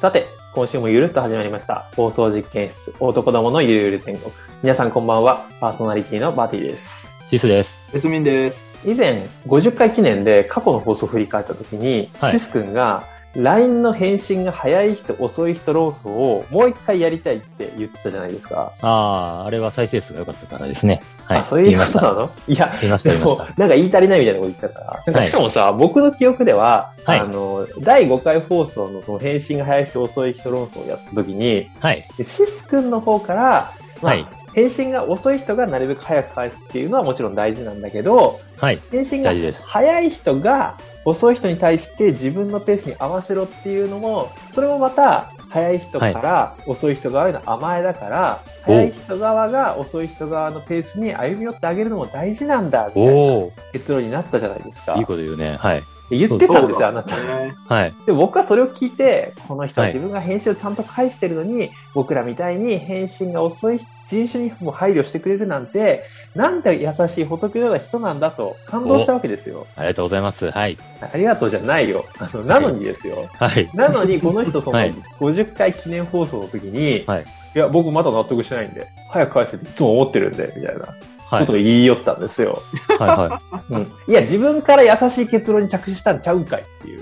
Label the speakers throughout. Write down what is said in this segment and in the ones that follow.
Speaker 1: さて、今週もゆるっと始まりました。放送実験室、男どものゆるゆる天国。皆さんこんばんは。パーソナリティのバーティーです。
Speaker 2: シスです。
Speaker 3: エスミンです。
Speaker 1: 以前、50回記念で過去の放送を振り返った時に、
Speaker 2: はい
Speaker 1: シス君が、LINE の返信が早い人、遅い人論争をもう一回やりたいって言ってたじゃないですか。
Speaker 2: ああ、あれは再生数が良かったからですね。はい。
Speaker 1: あ、そういう
Speaker 2: 言ま
Speaker 1: こ
Speaker 2: し
Speaker 1: とな
Speaker 2: た。
Speaker 1: のいや、
Speaker 2: 言いました、
Speaker 1: で
Speaker 2: 言いまし
Speaker 1: も
Speaker 2: た。、
Speaker 1: なんか言い足りないみたいなこと言ってたから。なんか
Speaker 2: はい
Speaker 1: しかもさ、僕の記憶では、
Speaker 2: はい
Speaker 1: あの、第5回放送のその返信が早い人、遅い人論争をやった時に、
Speaker 2: はい。
Speaker 1: でシス君の方から、まあ
Speaker 2: はい
Speaker 1: 返信が遅い人がなるべく早く返すっていうのはもちろん大事なんだけど、
Speaker 2: はい。
Speaker 1: 返信が
Speaker 2: 大事です。
Speaker 1: 早い人が遅い人に対して自分のペースに合わせろっていうのも、それもまた、早い人から遅い人側への甘えだから、
Speaker 2: お
Speaker 1: 早い人側が遅い人側のペースに歩み寄ってあげるのも大事なんだ、みたいな
Speaker 2: おお
Speaker 1: 結論になったじゃないですか。
Speaker 2: いいこと言うね。はい。
Speaker 1: 言ってたんですよ、あ
Speaker 3: そう
Speaker 1: なた。
Speaker 3: ね。
Speaker 2: はい。
Speaker 1: で僕はそれを聞いてこの人は
Speaker 2: はい
Speaker 1: 自分が返信をちゃんと返してるのに、僕らみたいに返信が遅い人種にも配慮してくれるなんてなんて優しい仏のような人なんだと感動したわけですよ
Speaker 2: ありがとうございます。はい。
Speaker 1: ありがとうじゃないよあのなのにですよ、
Speaker 2: はい。
Speaker 1: なのにこの人その
Speaker 2: はい
Speaker 1: 50回記念放送の時に、
Speaker 2: はいい、
Speaker 1: や僕まだ納得してないんで早く返せっていつも思ってるんでみたいな
Speaker 2: は
Speaker 1: こ
Speaker 2: い。
Speaker 1: とを言い寄ったんですよ、
Speaker 2: はい。はい
Speaker 1: うん、いや自分から優しい結論に着手したんちゃうんかいっていう、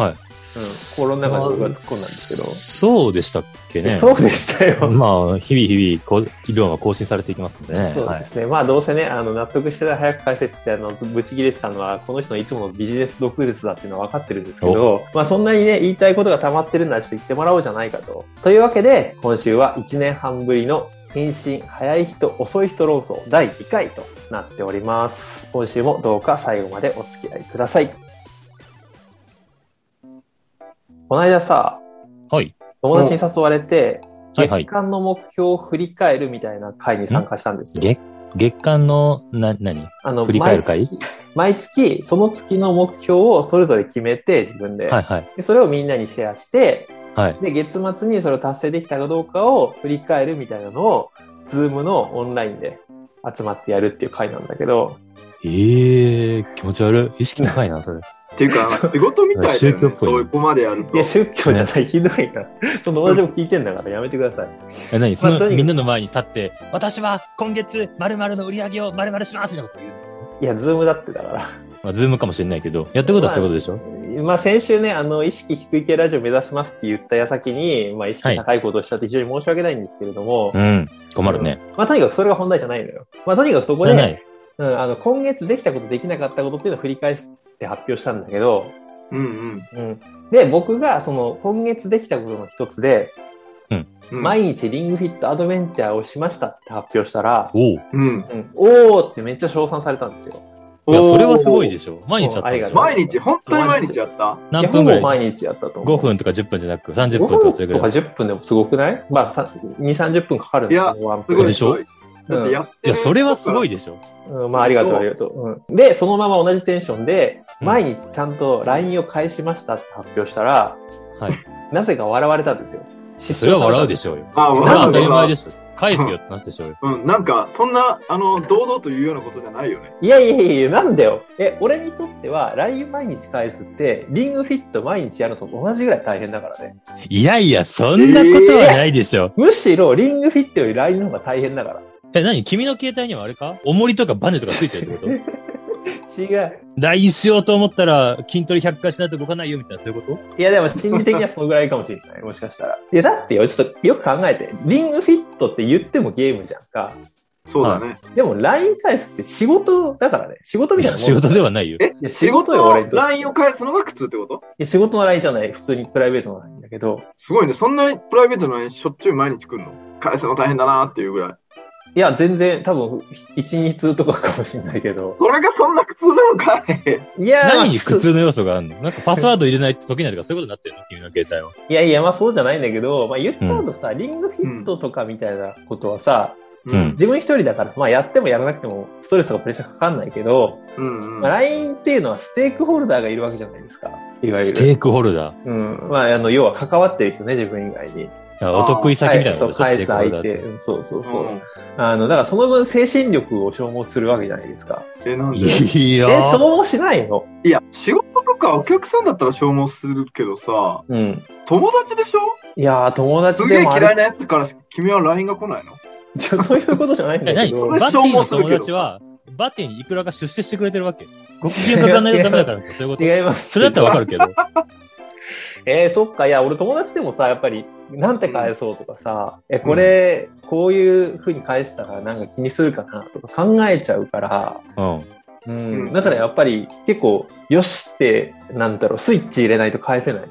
Speaker 1: うん、。
Speaker 2: はい。
Speaker 1: 心の中で僕が突っ込んだん
Speaker 2: まあ
Speaker 1: ですけど
Speaker 2: そうでしたっけね。
Speaker 1: そうでしたよ。
Speaker 2: まあ、日々日々こう、議論は更新されていきますのでね。
Speaker 1: そう
Speaker 2: は
Speaker 1: で
Speaker 2: い。
Speaker 1: すね。まあ、どうせね、あの、納得してない早く返せって、あの、ぶち切れてたのは、この人のいつものビジネス毒舌だっていうのは分かってるんですけど、まあ、そんなにね、言いたいことが溜まってるなら、ちょっと言ってもらおうじゃないかと。というわけで、今週は1年半ぶりの返信、早い人、遅い人論争第2回となっております。今週もどうか最後までお付き合いください。この間さ、
Speaker 2: はい。
Speaker 1: 友達に誘われて、
Speaker 2: はいは
Speaker 1: 月
Speaker 2: い。
Speaker 1: 間の目標を振り返るみたいな会に参加したんですよ。
Speaker 2: 月、月間の、な、何
Speaker 1: あの
Speaker 2: 振り返る会
Speaker 1: 毎月毎月、その月の目標をそれぞれ決めて、自分で,、
Speaker 2: はいはい。
Speaker 1: で。それをみんなにシェアして、
Speaker 2: はい。
Speaker 1: で、月末にそれを達成できたかどうかを振り返るみたいなのを、ズームのオンラインで集まってやるっていう会なんだけど、
Speaker 2: ええー、気持ち悪い。意識高い な、それ。
Speaker 3: っていうか、仕事みたいだよね。
Speaker 2: 宗教っぽいね
Speaker 3: そういうこまでやる
Speaker 1: い
Speaker 3: と
Speaker 1: や、。宗教じゃない、ひどいな。 その友達も聞いてんだからやめてください。
Speaker 2: え、何そ
Speaker 1: まあと
Speaker 2: の、
Speaker 1: にかく
Speaker 2: みんなの前に立って、私は今月、〇〇の売り上げを〇〇しますみたいなこと言うの
Speaker 1: いや、ズームだってだから。
Speaker 2: まあ、ズームかもしれないけど、やったことはそういうことでしょ
Speaker 1: まあ、先週ね、あの、意識低い系ラジオ目指しますって言った矢先に、まあ、意識高いことをしちゃって非常に申し訳ないんですけれども、
Speaker 2: うん。困るね。
Speaker 1: まあ、とにかくそれが本題じゃないのよ。まあ、とにかくそこ
Speaker 2: な
Speaker 1: で、
Speaker 2: いない。
Speaker 1: うん、あの今月できたことできなかったことっていうのを振り返して発表したんだけど、
Speaker 3: うんうん
Speaker 1: うん、で僕がその今月できたことの一つで、
Speaker 3: うん。
Speaker 1: 毎日リングフィットアドベンチャーをしましたって発表したら、
Speaker 2: おう。い
Speaker 3: うん。
Speaker 1: うん、おーってめっちゃ称賛されたんですよ。
Speaker 2: や、それはすごい
Speaker 3: す。
Speaker 2: でしょ。毎日やったんでし
Speaker 1: おーあ
Speaker 2: ょ
Speaker 1: り
Speaker 3: 毎日、本当に毎日やった
Speaker 1: いや
Speaker 2: 何
Speaker 1: ほ
Speaker 2: 分
Speaker 1: ぼ
Speaker 2: ぐらい
Speaker 1: 毎日やったと思う。
Speaker 2: ?5 分とか10分じゃなく、30
Speaker 1: 5
Speaker 2: 分とかそれ
Speaker 1: 分
Speaker 2: ぐ
Speaker 1: とから
Speaker 2: い。
Speaker 1: 10分でもすごくないまあ、さ2、30分かかるんだけど
Speaker 3: いや
Speaker 1: ワンプ
Speaker 3: す
Speaker 1: レ
Speaker 3: ご
Speaker 1: イ
Speaker 3: い。
Speaker 2: でしょ
Speaker 3: すごいだってやって
Speaker 2: い
Speaker 3: る
Speaker 2: や、それはすごいでしょ。
Speaker 1: うん、まあ、ありがとう、ありがとう、うん。で、そのまま同じテンションで、
Speaker 2: うん
Speaker 1: 毎日ちゃんと LINE を返しましたって発表したら、
Speaker 2: はい。
Speaker 1: なぜか笑われたんですよ。
Speaker 2: それは笑うで
Speaker 1: し
Speaker 2: しょうよ。
Speaker 3: あ、
Speaker 2: そ
Speaker 3: わ
Speaker 2: れは
Speaker 3: か
Speaker 2: 当
Speaker 3: る
Speaker 2: たり前
Speaker 3: わか
Speaker 2: で
Speaker 3: る。
Speaker 2: しょ。返すよって話でしょうよ。
Speaker 3: うん、なんか、そんな、あの、堂々というようなことじゃないよね。
Speaker 1: ょ。いやいやいやいや、なんだよ。え、俺にとっては、LINE 毎日返すって、リングフィット毎日やるのと同じぐらい大変だからね。
Speaker 2: いやいや、そんなことはないでしょ。
Speaker 1: むしろ、リングフィットより LINE の方が大変だから。
Speaker 2: え、何君の携帯にはあれか重りとかバネとかついてるってこと
Speaker 1: 違う。
Speaker 2: ?LINE しようと思ったら、筋トレ100回しないと動かないよみたいな、そういうこと
Speaker 1: いや、でも心理的にはそのぐらいかもしれない。もしかしたら。いや、だってよ、ちょっとよく考えて。リングフィットって言ってもゲームじゃんか。
Speaker 3: そうだね。
Speaker 1: でも LINE 返すって仕事だからね。仕事みたいなもん
Speaker 2: 仕事ではないよ。
Speaker 3: え
Speaker 1: いや、仕
Speaker 3: 仕
Speaker 1: 事
Speaker 3: 事
Speaker 1: よ、俺にと
Speaker 3: の
Speaker 1: って。い
Speaker 3: LINE を返すのが苦痛ってこと
Speaker 1: や仕事の LINE じゃない。普通にプライベートの LINE だけど。
Speaker 3: すごいね。そんなにプライベートの LINE しょっちゅう毎日来るの返すの大変だなっていうぐらい。
Speaker 1: いや、全然、多分、1、2通とかかもしれないけど。
Speaker 3: それがそんな苦痛なのかい
Speaker 1: いやー
Speaker 2: 何に普通の要素があるのなんかパスワード入れないと解けないとかそういうことになってるの君の携帯は。
Speaker 1: いやいや、まあそうじゃないんだけど、まあ言っちゃうとさ、リングフィットとかみたいなことはさ、
Speaker 2: うん
Speaker 1: 自分一人だから、まあやってもやらなくてもストレスとかプレッシャーかかんないけど、
Speaker 3: うんう
Speaker 1: まあ、
Speaker 3: ん。
Speaker 1: LINE っていうのはステークホルダーがいるわけじゃないですか。いわゆ
Speaker 2: ス
Speaker 1: る。
Speaker 2: テークホルダー。
Speaker 1: うん。まああの、要は関わってる人ね、自分以外に。
Speaker 2: だからお得意先みたいな
Speaker 1: そ
Speaker 2: こ
Speaker 1: う、
Speaker 2: とで
Speaker 1: 返
Speaker 2: すね、
Speaker 1: す
Speaker 2: これ
Speaker 1: 相
Speaker 2: だ
Speaker 1: 手。
Speaker 2: と。
Speaker 1: うんそうそうそう。
Speaker 3: うん
Speaker 1: あの、だからその分精神力を消耗するわけじゃないですか。
Speaker 3: え、なんで
Speaker 2: い
Speaker 1: え、
Speaker 2: や
Speaker 1: 消
Speaker 2: ー
Speaker 1: 耗しないの
Speaker 3: いや、仕事とかお客さんだったら消耗するけどさ、
Speaker 1: うん。
Speaker 3: 友達でしょ
Speaker 1: いやー、友達
Speaker 3: すげ
Speaker 1: で
Speaker 3: え
Speaker 1: もあ
Speaker 3: 嫌
Speaker 1: れ、
Speaker 3: いなやつから君は LINE が来ないの
Speaker 1: ちょそういうことじゃないん
Speaker 2: え、
Speaker 1: だけ
Speaker 2: 何
Speaker 1: ど
Speaker 2: バ。
Speaker 3: れ
Speaker 2: ッティの友
Speaker 3: 消耗するけ
Speaker 2: 達
Speaker 3: ど
Speaker 2: は、バッティにいくらか出世してくれてるわけ。ご機嫌取らないとダメだから、そういうこと。
Speaker 1: 違います。
Speaker 2: それだったらわかるけど。
Speaker 1: えー、そっか。いや、俺友達でもさ、やっぱり、なんて返そうとかさ、え、これ、こういう風に返したらなんか気にするかなとか考えちゃうから、
Speaker 2: うん。
Speaker 1: うん。
Speaker 3: うん
Speaker 1: だからやっぱり結構、よしって、なんだろう、スイッチ入れないと返せない。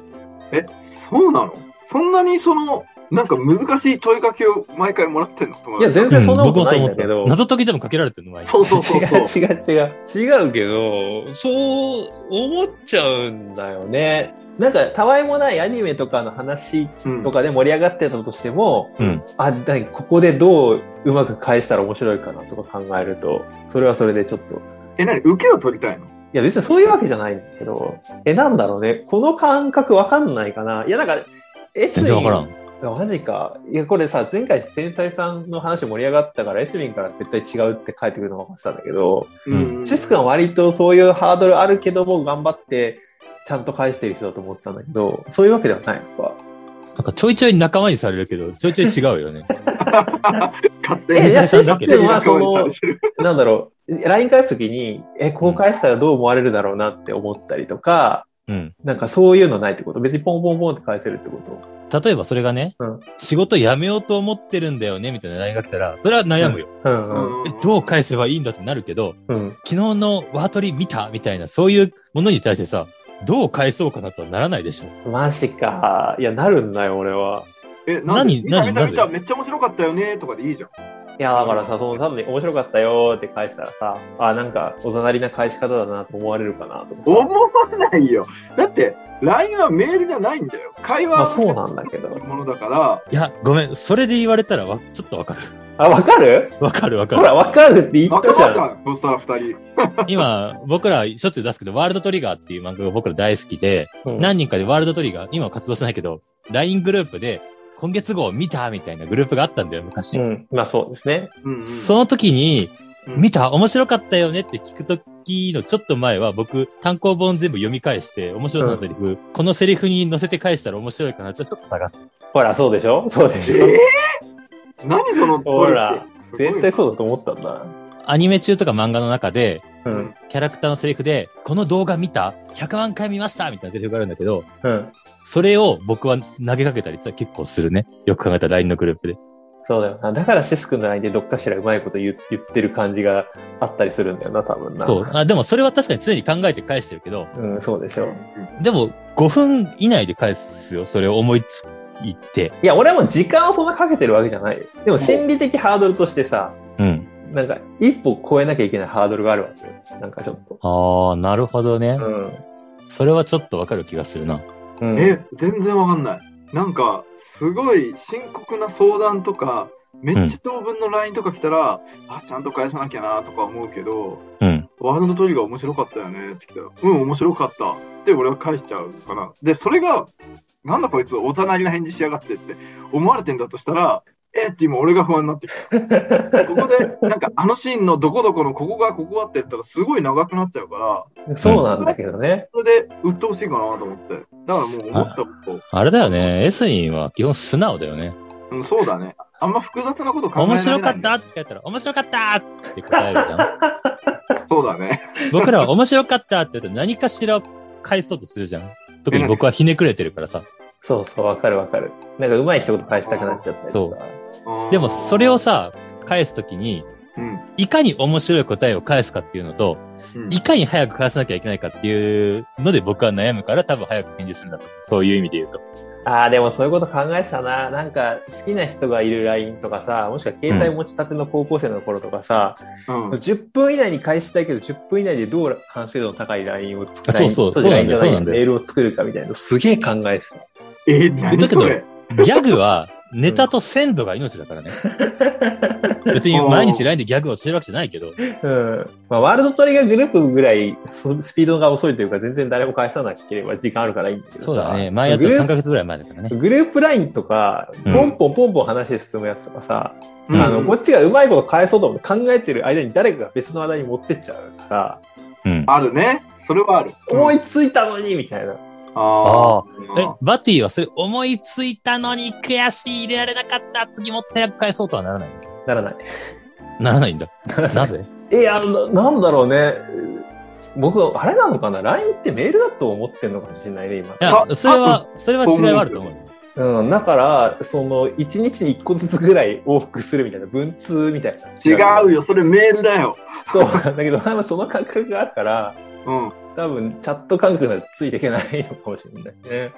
Speaker 3: え、そうなのそんなにその、なんか難しい問いかけを毎回もらってんの友
Speaker 1: いや、
Speaker 3: 達
Speaker 1: 全然そんなこ
Speaker 2: 僕
Speaker 1: と
Speaker 2: も
Speaker 1: な
Speaker 2: そう
Speaker 1: いん
Speaker 2: 思っ
Speaker 1: だけ
Speaker 2: た
Speaker 1: ど。。
Speaker 2: 謎解きでもかけられてるの、前に。
Speaker 3: そうそうそうそう。
Speaker 1: 違う違う違う。違うけど、そう思っちゃうんだよね。なんか、たわいもないアニメとかの話
Speaker 3: うん
Speaker 1: とかで盛り上がってたとしても、
Speaker 2: うん。
Speaker 1: あ、だここでどううまく返したら面白いかなとか考えると、それはそれでちょっと。い
Speaker 3: え、何受けを取りたいの
Speaker 1: や、別にそういうわけじゃないんだけど、え、なんだろうね。この感覚わかんないかな。いや、なんか、エス
Speaker 2: 全
Speaker 1: ミ
Speaker 2: 然わから
Speaker 1: ン。
Speaker 2: ん。
Speaker 1: マジか。いや、これさ、前回繊細さんの話盛り上がったから、エスミンから絶対違うって返ってくるの分かってたんだけど、
Speaker 2: うん
Speaker 1: シス君は割とそういうハードルあるけども頑張ってちゃんと返してる人だと思ってたんだけど、そういうわけではないのか。
Speaker 2: なんかちょいちょい仲間にされるけど、ちょいちょい違うよね。
Speaker 3: 勝手
Speaker 1: え、
Speaker 3: に
Speaker 1: い や、シス
Speaker 2: で
Speaker 1: 君はそ
Speaker 3: 仲間に
Speaker 1: の
Speaker 3: さ、れてる
Speaker 1: なんだろう、LINE 返すときに、え、こう返したらどう思われるだろうなって思ったりとか、
Speaker 2: うん。
Speaker 1: なんかそういうのないってこと別にポンポンポンって返せるってこと
Speaker 2: 例えばそれがね、
Speaker 1: うん
Speaker 2: 仕事辞めようと思ってるんだよね、みたいな LINE が来たら、それは悩むよ。
Speaker 1: うんうん。
Speaker 2: え、どう返せばいいんだってなるけど、
Speaker 1: うん。
Speaker 2: 昨日のワートリ見たみたいな、そういうものに対してさ、どう返そうかなとはならないでしょ。
Speaker 1: マジか。いや、なるんだよ、俺は。
Speaker 3: え、なんで
Speaker 2: 何
Speaker 3: 見た見た
Speaker 2: 何
Speaker 3: 見た
Speaker 2: なぜ
Speaker 3: めっちゃ面白かったよねとかでいいじゃん。
Speaker 1: いや、だからさ、その、多分面白かったよーって返したらさ、あ、なんか、おざなりな返し方だなと思われるかなとかさ
Speaker 3: 思わないよ。だって、LINE はメールじゃないんだよ。会
Speaker 1: まあ、
Speaker 3: 話
Speaker 1: そうなんだけど。
Speaker 3: ものだから、
Speaker 2: いや、ごめん。それで言われたらわ、ちょっとわかる。
Speaker 1: あ、わかる
Speaker 2: わかるわか
Speaker 1: ほら、
Speaker 2: る。
Speaker 1: わかるって言っ
Speaker 3: 分
Speaker 1: たじ
Speaker 3: か
Speaker 1: ゃ
Speaker 3: った
Speaker 1: ん。
Speaker 3: ん。そしたら二人。
Speaker 2: 今、僕らしょっちゅう出すけど、ワールドトリガーっていう漫画が僕ら大好きで、
Speaker 1: うん
Speaker 2: 何人かでワールドトリガー、今は活動してないけど、LINE グループで、今月号見たみたいなグループがあったんだよ、昔。
Speaker 1: うん。まあそうですね。
Speaker 3: うんうん
Speaker 2: その時に、
Speaker 3: うん
Speaker 2: 見た面白かったよねって聞くときのちょっと前は僕、単行本全部読み返して、面白さのセリフ、このセリフに載せて返したら面白いかなとちょっと探す。
Speaker 1: ほら、そうでしょそうでしょ
Speaker 3: えー何その
Speaker 1: ほら
Speaker 3: トリック
Speaker 1: 絶対そうだと思ったんだ。
Speaker 2: アニメ中とか漫画の中で、
Speaker 1: う
Speaker 3: うんん。
Speaker 2: キャラクターのセリフで、この動画見た ?100 万回見ましたみたいなセリフがあるんだけど、
Speaker 1: うん。
Speaker 2: それを僕は投げかけたりって結構するね。よく考えたら LINE のグループで。
Speaker 1: そうだよな。だからシス君の相手どっかしらうまいこと言言ってる感じがあったりするんだよな、多分な。
Speaker 2: そう。。あでもそれは確かに常に考えて返してるけど、
Speaker 1: うん、そうでしょ。
Speaker 2: でも5分以内で返すよ。それを思いついて。
Speaker 1: いや、俺はもう時間をそんなかけてるわけじゃないよ。でも心理的ハードルとしてさ、
Speaker 2: うん。
Speaker 1: なんか一歩超えなきゃいけないハードルがあるわけよ。なんかちょっと。
Speaker 2: ああ、なるほどね。
Speaker 1: う
Speaker 2: それはちょっとわかる気がするな。
Speaker 1: ん。うん。
Speaker 3: え、全然わかんない。なんか、すごい深刻な相談とか、めっちゃ長文の LINE とか来たら、あ、ちゃんと返さなきゃなとか思うけど、
Speaker 2: うん。
Speaker 3: ワールドトリガー面白かったよねって来たら、うん、面白かったって俺は返しちゃうかな。で、それが、なんだこいつ、おざなりな返事しやがってって思われてんだとしたら、えって今俺が不安になってきた。ここで、なんかあのシーンのどこどこのここがここがってやったらすごい長くなっちゃうから、
Speaker 1: そうなんだけどね。
Speaker 3: それで鬱陶しいかなと思って。だからもう思ったこと、
Speaker 2: あれだよね。エスインは基本素直だよね。
Speaker 3: うん、そうだね。あんま複雑なこと考えられない。
Speaker 2: 面白かったって書いたら、面白かったって答えるじゃん。
Speaker 3: そうだね。
Speaker 2: 僕らは面白かったって言ったら何かしら返そうとするじゃん。特に僕はひねくれてるからさ。
Speaker 1: そうそう、わかるわかる。なんかうまい一言返したくなっちゃったりとか。
Speaker 2: でもそれを、さ、返すときに、
Speaker 3: うん
Speaker 2: いかに面白い答えを返すかっていうのと、
Speaker 3: うん
Speaker 2: いかに早く返さなきゃいけないかっていうので僕は悩むから多分早く返事するんだと思う。そういう意味で言うと。
Speaker 1: ああ、でもそういうこと考えてたな。なんか、好きな人がいる LINE とかさ、もしくは携帯持ちたての高校生の頃とかさ、
Speaker 3: うん
Speaker 1: 10分以内に返したいけど、10分以内でどう完成度の高い LINE を作る
Speaker 2: あそうそうそうなんだよそうなんだよ
Speaker 1: メールを作るかみたいな、すげえ考えてた。
Speaker 3: え、何それ
Speaker 2: ギャグはネタと鮮度が命だからね。別に毎日 LINE でギャグをしてるわけじゃないけど、
Speaker 1: うん。まあ、ワールドトリガーグループぐらいススピードが遅いというか、全然誰も返さなければ時間あるからいいんだけどさ
Speaker 2: そうだね。前やった
Speaker 1: グ
Speaker 2: ら
Speaker 1: ル
Speaker 2: 3
Speaker 1: ー
Speaker 2: ヶ月ぐらい前だからね。
Speaker 1: グループラインとか、
Speaker 2: うん
Speaker 1: ポンポンポンポン話して進むやつとかさ、
Speaker 3: うん
Speaker 1: あの、こっちがうまいこと返そうと思って考えてる間に誰かが別の話題に持ってっちゃうから、
Speaker 2: うん。
Speaker 3: あるね。それはある。
Speaker 1: 思いついたのにみたいな。
Speaker 3: あ
Speaker 2: え
Speaker 3: あ。、
Speaker 2: バティはそれ思いついたのに悔しい入れられなかった、次もっと早く返そうとはならない。
Speaker 1: ならない。
Speaker 2: ならないんだ。なぜ
Speaker 1: いや、ななんだろうね。僕は、あれなのかな ?LINE ってメールだと思ってんのかもしれないね、今
Speaker 2: い。や、それは、それは違いはあると思うよ。
Speaker 1: うん。だから、その、1日に1個ずつぐらい往復するみたいな、文通みたいな。
Speaker 3: 違うよ。それメールだよ。
Speaker 1: そうなんだけど、多分その感覚があるから、
Speaker 3: うん。
Speaker 1: 多分チャット感覚なんてついていけないのかもしれない ね。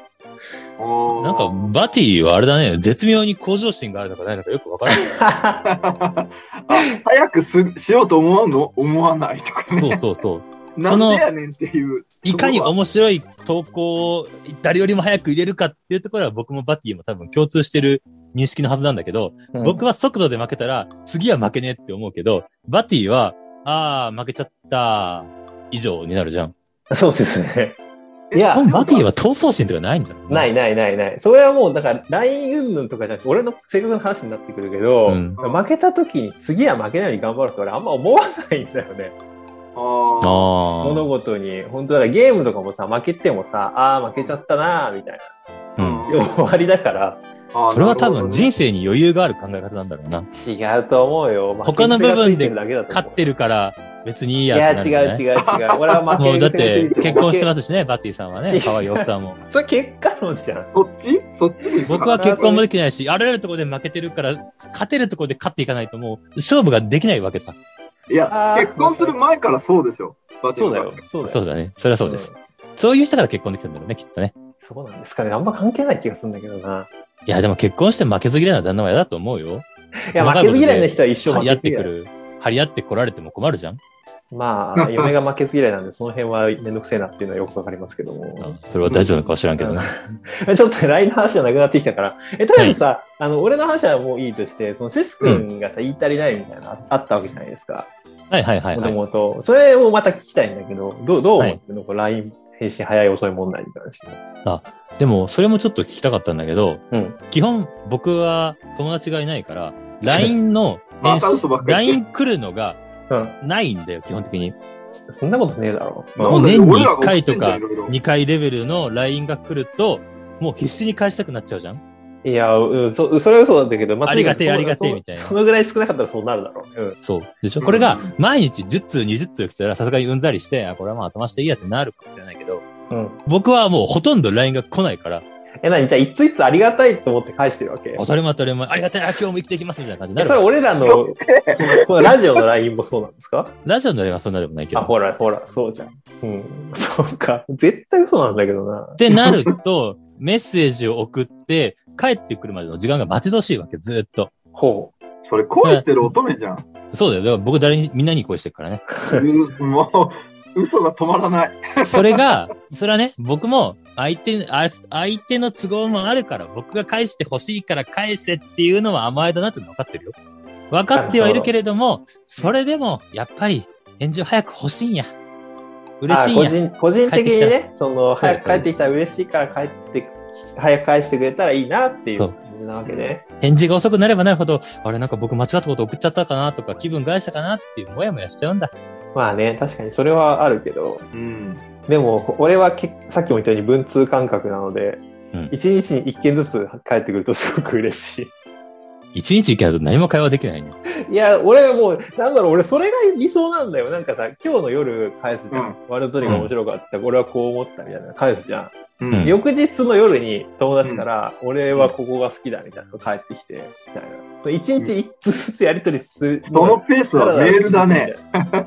Speaker 2: なんか、バティはあれだね、絶妙に向上心があるのかないのかよくわからない。
Speaker 3: か、 あ早くすしようと思うの思わない とかね。
Speaker 2: そうそうそう。
Speaker 3: な
Speaker 2: そ
Speaker 3: ん
Speaker 2: の
Speaker 3: でやねんっていう。
Speaker 2: いかに面白い投稿を誰よりも早く入れるかっていうところは僕もバティも多分共通してる認識のはずなんだけど、僕は速度で負けたら次は負けねえって思うけど、バティは、あー負けちゃった以上になるじゃん。
Speaker 1: そうですね。
Speaker 3: え
Speaker 1: いや
Speaker 2: 多、分バティは闘争心とかないんだろうね
Speaker 1: ない。ないないない。それはもう、だから LINE 云々とかじゃなくて、俺の性格の話になってくるけど、
Speaker 2: うん。
Speaker 1: 負けた時に次は負けないように頑張ろうって俺あんま思わないんだよね。
Speaker 3: ああ。
Speaker 2: あ
Speaker 1: 物事に。本当だからゲームとかもさ、負けてもさ、ああ、負けちゃったなーみたい
Speaker 2: あ。うん。
Speaker 1: な。で も終わりだから、
Speaker 3: あー
Speaker 2: それは多分
Speaker 3: なるほどね
Speaker 2: 人生に余裕がある考え方なんだろうな。
Speaker 1: 違うと思うよ。
Speaker 2: 他の部分で勝
Speaker 1: 勝
Speaker 2: ってるから別にいい
Speaker 1: い
Speaker 2: や
Speaker 1: や、
Speaker 2: っ
Speaker 1: 違
Speaker 2: てなるん
Speaker 1: う違う
Speaker 2: じゃない
Speaker 1: 違う。 俺は負け
Speaker 2: もうだって 結婚して
Speaker 1: ま
Speaker 2: ますしね、バティさんはね。可愛い奥さんも。
Speaker 1: す。それ結果論じゃん。
Speaker 3: そっちそっちに行くか
Speaker 2: 僕は結婚もできないし、あらゆるところで負けてるから、勝てるところで勝っていかないともう、勝負ができないわけさ。
Speaker 3: いや
Speaker 1: あ、ー
Speaker 3: 結婚する前からそうですよ。バティ
Speaker 1: そう
Speaker 3: さん
Speaker 1: だよ。。そうだよ。
Speaker 2: そうだね。それはそうです。。そういう人から結婚できたんだろうね、きっとね。
Speaker 1: そうなんですかね。あんま関係ない気がするんだけどな。
Speaker 2: いや、でも結婚して負けず嫌いな旦那は嫌だと思うよ。
Speaker 1: いや、負けず嫌いな人は一生
Speaker 2: 張
Speaker 1: 負
Speaker 2: り合
Speaker 1: け
Speaker 2: って
Speaker 1: ず
Speaker 2: く
Speaker 1: 嫌い。
Speaker 2: る。張り合って来られても困るじゃん。
Speaker 1: ま あ、嫁が負けず嫌いなんで、その辺はめんどくせえなっていうのはよくわかりますけども。
Speaker 2: それは大丈夫なのかは知らんけどな。
Speaker 1: ちょっと LINE の話じゃなくなってきたから。え、とりあえずさ、あの、俺の話はもういいとして、そのシス君がさ、言い足りないみたいな、あったわけじゃないですか。
Speaker 2: はいはいはい
Speaker 1: も
Speaker 2: は
Speaker 1: と
Speaker 2: い。
Speaker 1: もと。それをまた聞きたいんだけど、どう、どう
Speaker 2: はい
Speaker 1: 思ってんの、こう ?LINE 返信早い遅い問題に関して。
Speaker 2: でも、それもちょっと聞きたかったんだけど、
Speaker 1: うん。
Speaker 2: 基本僕は友達がいないから、LINE の
Speaker 3: また嘘ばっかり
Speaker 2: LINE 来るのが
Speaker 1: うん。
Speaker 2: ないんだよ、基本的に。
Speaker 1: そんなことねえだろ。
Speaker 3: まあ
Speaker 2: もう年に一回と
Speaker 3: 俺らが送ってんじゃ
Speaker 2: か
Speaker 3: んいろいろ
Speaker 2: 2回レベルの LINE が来ると、もう必死に返したくなっちゃうじゃん
Speaker 1: いや、うん、そ、それはそうなんだけど、ま
Speaker 2: ありがてえ
Speaker 1: とにかくそ
Speaker 2: ありがてえみたいな
Speaker 1: そのぐらい少なかったらそうなるだろう。うん。
Speaker 2: そう。でしょ
Speaker 3: うん
Speaker 2: これが毎日10通20通来たらさすがにうんざりして、あ、これはまあ飛ばしていいやってなるかもしれないけど、
Speaker 1: うん。
Speaker 2: 僕はもうほとんど LINE が来ないから、
Speaker 1: え、なにじゃあ、いついつありがたいと思って返してるわけ
Speaker 2: 当たり前当たり前、ありがたい、あ今日も生きていきますみたいな感じに
Speaker 1: え
Speaker 2: な
Speaker 1: それ
Speaker 2: る。
Speaker 1: 俺らの、この このラジオの LINE もそうなんです か
Speaker 2: ラジオの LINE はそんなでもないけ
Speaker 1: あ、
Speaker 2: ど。
Speaker 1: ほら、ほら、そうじゃん。うん。そうか。絶対そうなんだけどな
Speaker 2: っ。てなると、 メッセージを送って、帰ってくるまでの時間が待ち遠しいわけ、ずーっと。
Speaker 1: ほう。
Speaker 3: それ恋してる乙女じゃん。
Speaker 2: そうだよ。だから僕誰に、みんなに恋してるからね。
Speaker 3: うもう、嘘が止まらない。
Speaker 2: それが、それはね、僕も相手、あ相手の都合もあるから、僕が返して欲しいから返せっていうのは甘えだなっていうの分かってるよ。分かってはいるけれども、それでも、やっぱり、返事を早く欲しいんや。嬉
Speaker 1: あ
Speaker 2: しいん
Speaker 1: 個
Speaker 2: や。
Speaker 1: 人、個人的に
Speaker 2: 帰
Speaker 1: ね、その、
Speaker 2: そう
Speaker 1: 早
Speaker 2: です
Speaker 1: く帰ってきたら嬉しいから帰って、早く返してくれたらいいなっていう
Speaker 2: そう
Speaker 1: 感じなわけね。
Speaker 2: 返事が遅くなればなるほど、あれなんか僕間違ったこと送っちゃったかなとか、気分害したかなっていう、もやもやしちゃうんだ。
Speaker 1: まあね、確かにそれはあるけど、
Speaker 3: うん。
Speaker 1: でも、俺はけさっきも言ったように文通感覚なので、
Speaker 2: うん
Speaker 1: 一日に一件ずつ帰ってくるとすごく嬉しい。
Speaker 2: 一日行けないと何も会話できないね。
Speaker 1: いや、俺もう、なんだろう、俺それが理想なんだよ。なんかさ、今日の夜返すじゃん。
Speaker 3: うん
Speaker 1: ワールドトリガー面白かった、俺はこう思ったみたいな返すじゃん。
Speaker 3: うんん。
Speaker 1: 翌日の夜に友達から、俺はここが好きだみたいなの返ってきて、みたいな。一日一通ずつやりとりする。
Speaker 3: そのペースはメールだね。。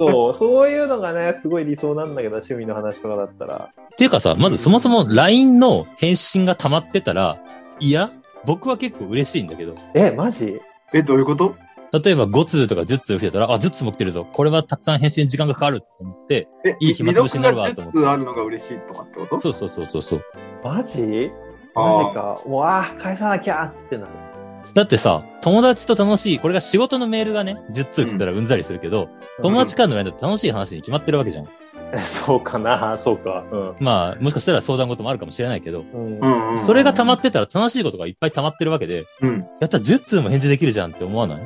Speaker 1: そう、そういうのがね、すごい理想なんだけど、趣味の話とかだったら。
Speaker 2: っていうかさ、まずそもそも LINE の返信が溜まってたら、いや、僕は結構嬉しいんだけど、
Speaker 1: え、マジ
Speaker 3: え、どういうこと
Speaker 2: 例えば5通とか10通増えたら、あ、10通も来てるぞ。これはたくさん返信に時間がかかると思って、
Speaker 3: え、
Speaker 2: いい暇つぶしになるわと思って
Speaker 3: 未読が10通あるのが嬉しいとかってこと
Speaker 2: そうそうそうそうそう。
Speaker 1: マジ
Speaker 3: あー
Speaker 1: マジか。うわあ返さなきゃってなる。
Speaker 2: だってさ、友達と楽しい、これが仕事のメールがね、10通来たらうんざりするけど、友達間の間って楽しい話に決まってるわけじゃん。
Speaker 1: そうかな、そうか。うん
Speaker 2: まあ、もしかしたら相談事もあるかもしれないけど、
Speaker 1: うん
Speaker 3: うんうんうん
Speaker 2: それが溜まってたら楽しいことがいっぱい溜まってるわけで、
Speaker 3: うん。
Speaker 2: やったら10通も返事できるじゃんって思わない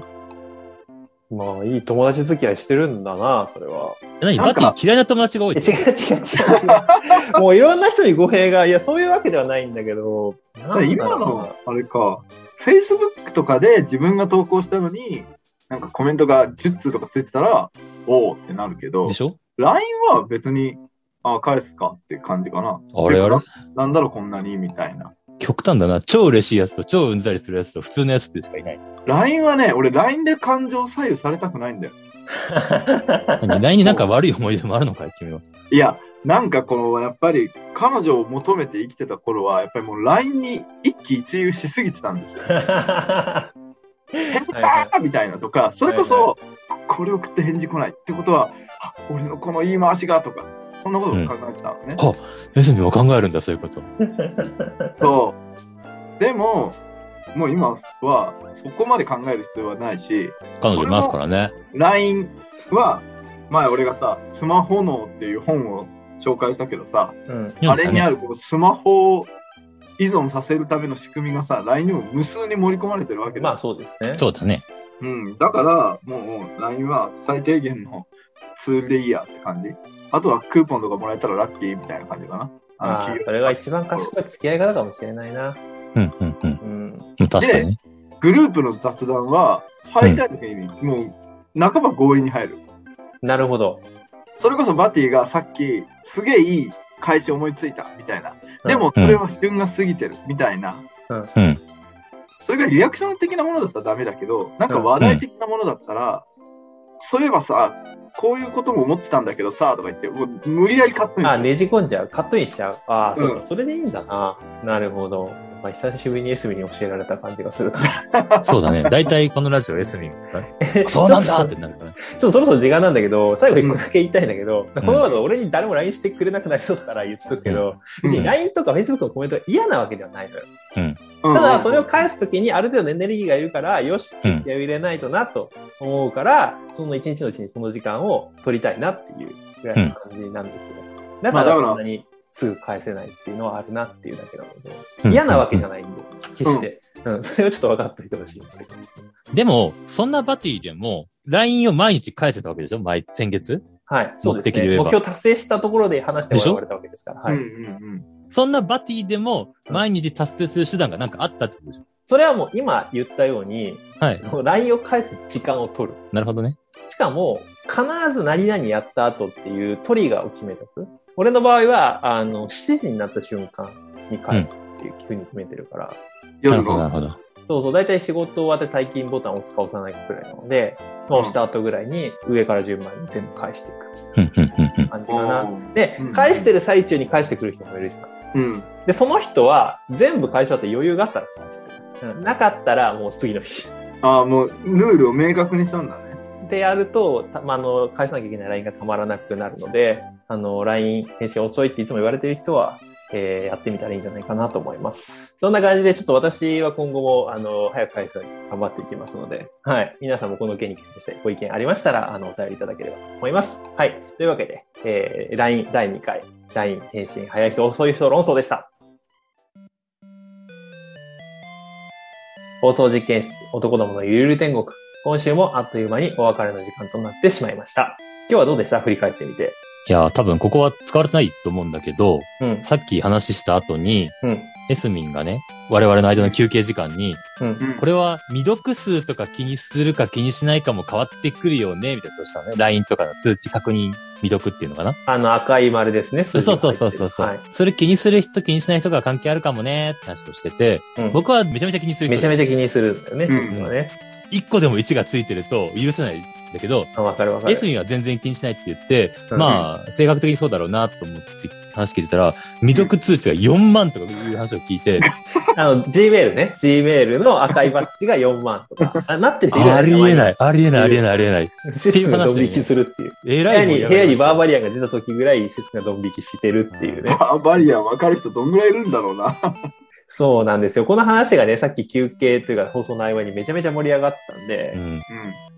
Speaker 1: まあ、いい友達付き合いしてるんだな、それ は。
Speaker 2: え何
Speaker 3: な
Speaker 2: バ
Speaker 3: んか
Speaker 2: ティ嫌いな友達が多い
Speaker 1: え
Speaker 2: って。
Speaker 1: 違う違う違う違う。もういろんな人に語弊が、いや、そういうわけではないんだけど、な
Speaker 3: だ
Speaker 1: ん
Speaker 3: から
Speaker 1: だ
Speaker 3: 今
Speaker 1: ろうな
Speaker 3: の、あれか、Facebook とかで自分が投稿したのに、なんかコメントが10通とかついてたら、おおってなるけど
Speaker 2: で、しょ
Speaker 3: LINE は別に、あ返すかって感じかな。
Speaker 2: あれあれ
Speaker 3: てかなんだろうこんなにみたいな。
Speaker 2: 極端だな。超嬉しいやつと超うんざりするやつと普通のやつってしかいない。
Speaker 3: LINE はね、俺 LINE で感情左右されたくないんだよ。
Speaker 2: 何 LINE になんか悪い思い出もあるのかい君は。
Speaker 3: いや、なんかこの、やっぱり彼女を求めて生きてた頃は、やっぱりもう LINE に一喜一憂しすぎてたんですよ。
Speaker 1: は
Speaker 3: 返事だーみたいなとか、それこそ、これ送って返事来ないってことは、あ俺のこの言い回しがとか、そんなことを考えてたのね。
Speaker 2: うんよしみも考えるんだ、そういうこと。
Speaker 3: そう。でも、もう今は、そこまで考える必要はないし、
Speaker 2: 彼女いますからね。
Speaker 3: LINE は、前俺がさ、スマホ脳っていう本を紹介したけどさ、
Speaker 1: うん
Speaker 2: 読
Speaker 3: あ
Speaker 2: んで
Speaker 3: れ
Speaker 2: た
Speaker 3: に
Speaker 2: ね
Speaker 3: あるこうスマホを依存させるための仕組みがさ、LINE にも無数に盛り込まれてるわけだよ
Speaker 1: まあ、そうですね。
Speaker 2: そうだね。
Speaker 3: うん、だから、もう LINE は最低限のツールでいいやって感じ。あとはクーポンとかもらえたらラッキーみたいな感じかな。あの
Speaker 1: ああ
Speaker 3: 企業
Speaker 1: それが一番賢い付き合い方かもしれないな。
Speaker 2: うんうんうん。
Speaker 1: うん。
Speaker 2: 確かにね。
Speaker 3: グループの雑談は、入りたい時にもう半ば強引に入る。
Speaker 1: なるほど。
Speaker 3: それこそバティがさっき、すげえいい返し思いついたみたいな。でも、それは旬が過ぎてるみたいな。
Speaker 2: うん。
Speaker 3: それがリアクション的なものだったらダメだけど、なんか話題的なものだったら、そういえばさ、こういうことも思ってたんだけどさ、とか言って、もう無理やりカットに
Speaker 1: あ
Speaker 3: す
Speaker 1: あ、
Speaker 3: る
Speaker 1: ねじ込んじゃう。カットインしちゃう。ああ、そうか、
Speaker 3: うん
Speaker 1: それでいいんだな。なるほど。まあ、久しぶりにエスミに教えられた感じがするな。
Speaker 2: そうだね。大体このラジオ、エスミンが。そうなんだってなるからね。
Speaker 1: ちょっとそろそろ時間なんだけど、最後一個だけ言いたいんだけど、この後俺に誰も LINE してくれなくなりそうだから言っとくけど、
Speaker 3: うん
Speaker 1: 別に LINE とか Facebook のコメントが嫌なわけではないのよ。
Speaker 3: た
Speaker 1: ただ、それを返すときにある程度のエネルギーがいるから、よし、
Speaker 2: うん
Speaker 1: 気合を入れないとなと思うから、その一日のうちにその時間を取りたいなっていうぐらいの感じなんですよ。だか
Speaker 3: まあだ
Speaker 1: ら、
Speaker 3: から
Speaker 1: そんなにすぐ返せないっていうのはあるなっていうだけなので、
Speaker 2: うん
Speaker 1: 嫌なわけじゃないんで、決して。うん、それをちょっと分かっておいてほしいなって。
Speaker 2: でも、そんなバティでも、LINE を毎日返せたわけでしょ毎、先月
Speaker 1: はい、そうです
Speaker 2: 目的で
Speaker 1: ね。
Speaker 2: 言え
Speaker 1: 目
Speaker 2: ば
Speaker 1: 標達成したところで話してもらわれたわけですから。は
Speaker 3: うん
Speaker 1: い。
Speaker 3: うん
Speaker 2: そんなバティでも、毎日達成する手段がなんかあったってことでしょ
Speaker 1: それはもう今言ったように、
Speaker 2: はい。
Speaker 1: その LINE を返す時間を取る。
Speaker 2: なるほどね。
Speaker 1: しかも、必ず何々やった後っていうトリガーを決めとく。俺の場合は、あの、7時になった瞬間に返すっていう風に決めてるから、
Speaker 3: うん。
Speaker 2: な
Speaker 3: 夜
Speaker 2: るほど、なるほ
Speaker 3: の。
Speaker 2: ど。
Speaker 1: そうそう、だいたい仕事終わって退勤ボタンを押すか押さないかくらいなので、まあ、押した後ぐらいに上から順番に全部返していく
Speaker 2: うん、うん、うん、うん。
Speaker 1: 感じ
Speaker 3: お
Speaker 1: かな。
Speaker 3: ー
Speaker 1: で
Speaker 3: うん、
Speaker 1: 返してる最中に返してくる人もいるじゃん。
Speaker 3: うん。
Speaker 1: で、その人は全部返し終わって余裕があったら返すってうんなかったらもう次の日。
Speaker 3: ああ、もう、ルールを明確にしたんだね。
Speaker 1: でやると、たまあ、あの返さなきゃいけない LINE がたまらなくなるので、あの LINE 返信遅いっていつも言われてる人は、えーやってみたらいいんじゃないかなと思います。そんな感じで、ちょっと私は今後も、あの、早く返すように頑張っていきますので、はい。皆さんもこの件に関してご意見ありましたら、あの、お便りいただければと思います。はい。というわけで、えー LINE 第2回、LINE 返信早い人遅い人論争でした。放送実験室、男どものゆるゆる天国。今週もあっという間にお別れの時間となってしまいました。今日はどうでした振り返ってみて。
Speaker 2: いやー、多分ここは使われてないと思うんだけど、
Speaker 1: うん、
Speaker 2: さっき話した後に、
Speaker 1: うん、
Speaker 2: エスミンがね、我々の間の休憩時間に、
Speaker 1: うん
Speaker 3: う。ん
Speaker 2: これは未読数とか気にするか気にしないかも変わってくるよね、みたいなそうしたね。LINE とかの通知確認未読っていうのかな。
Speaker 1: あの赤い丸ですね。
Speaker 2: そ
Speaker 1: そう
Speaker 2: そうそうそうそう。
Speaker 1: はい、
Speaker 2: それ気にする人気にしない人が関係あるかもね、って話をしてて、
Speaker 1: うん
Speaker 2: 僕はめちゃめちゃ気にする人。
Speaker 1: めちゃめちゃ気にするんだよね、
Speaker 3: うん
Speaker 1: システムはね。
Speaker 2: 一個でも1がついてると許せないんだけど、
Speaker 1: あわかるわか
Speaker 2: エ
Speaker 1: る
Speaker 2: ス。ミンは全然気にしないって言って、
Speaker 1: うん
Speaker 2: まあ、性格的にそうだろうなと思って話聞いてたら、未読通知が4万とかいう話を聞いて、
Speaker 1: あの、Gmail ね。Gmail の赤いバッジが4万と か。あなってる人。
Speaker 2: ありえないい、ありえない、ありえない、ありえない。
Speaker 1: システムがドン引きするっていう。
Speaker 2: え
Speaker 1: 部
Speaker 2: ら
Speaker 1: 屋
Speaker 2: い
Speaker 1: に、
Speaker 2: 盛り上がりました
Speaker 1: 部屋にバーバリアンが出た時ぐらいシステムがドン引きしてるっていうね。
Speaker 3: バーバリアン分かる人どんぐらいいるんだろうな。
Speaker 1: そうなんですよ。この話がね、さっき休憩というか放送の合間にめちゃめちゃ盛り上がったんで
Speaker 2: う、ん。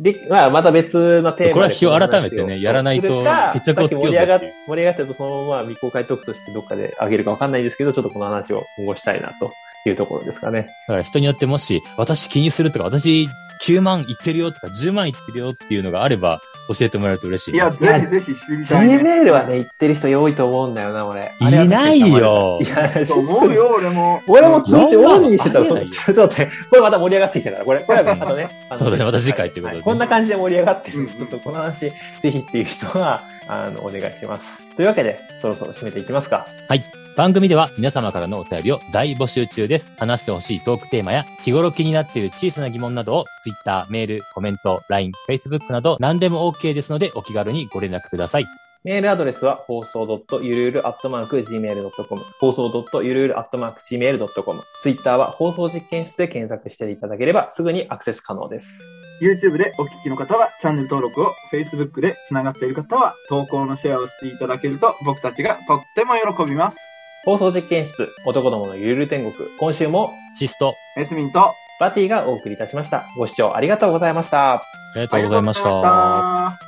Speaker 1: で、まあ、また別のテーマで
Speaker 2: これは日を
Speaker 1: この話
Speaker 2: 改めてねやらない
Speaker 1: す
Speaker 2: と
Speaker 1: るか
Speaker 2: 決着をつけよ
Speaker 1: さっき盛
Speaker 2: うぜ
Speaker 1: り上がっ盛り上がってると、そのまま未公開トークとしてどっかで上げるかわかんないですけど、ちょっとこの話を今後したいなというところですかね。
Speaker 2: だから人によってもし、私気にするとか、私9万いってるよとか、10万いってるよっていうのがあれば、教えてもらえると嬉しい。
Speaker 3: いや、ぜひぜひ知りたい、ね。
Speaker 1: Gmail はね、言ってる人多いと思うんだよな、俺。
Speaker 2: いないよ
Speaker 1: いや、
Speaker 3: と思うよ、俺も。
Speaker 1: 俺も通知オンにしてたら、
Speaker 2: そ
Speaker 1: そ
Speaker 2: んな
Speaker 1: う
Speaker 2: の
Speaker 1: ちょっと待って、これまた盛り上がってきたから、これ、これ はまたね。あの
Speaker 2: そうだねまた次回ってことで
Speaker 1: はこんな感じで盛り上がってるんで、
Speaker 3: うん
Speaker 1: ちょっとこの話、ぜひっていう人は、あの、お願いします。というわけで、そろそろ締めていきますか。
Speaker 2: 番組では皆様からのお便りを大募集中です。話してほしいトークテーマや日頃気になっている小さな疑問などを Twitter、メール、コメント、LINE、Facebook など何でも OK ですのでお気軽にご連絡ください。
Speaker 1: メールアドレスは、放送ゆるゆる .gmail.com、放送ゆるゆる .gmail.com、ツイッターは放送実験室で検索していただければ、すぐにアクセス可能です。
Speaker 3: YouTube でお聞きの方はチャンネル登録を、Facebook でつながっている方は投稿のシェアをしていただけると僕たちがとっても喜びます。
Speaker 1: 放送実験室、男どものゆるゆる天国、今週も
Speaker 2: シスト、
Speaker 3: エスミンと
Speaker 1: バティがお送りいたしました。ご視聴ありがとうございました。
Speaker 2: ありがとうございまし
Speaker 3: ありがとうござい
Speaker 2: た。
Speaker 3: ました。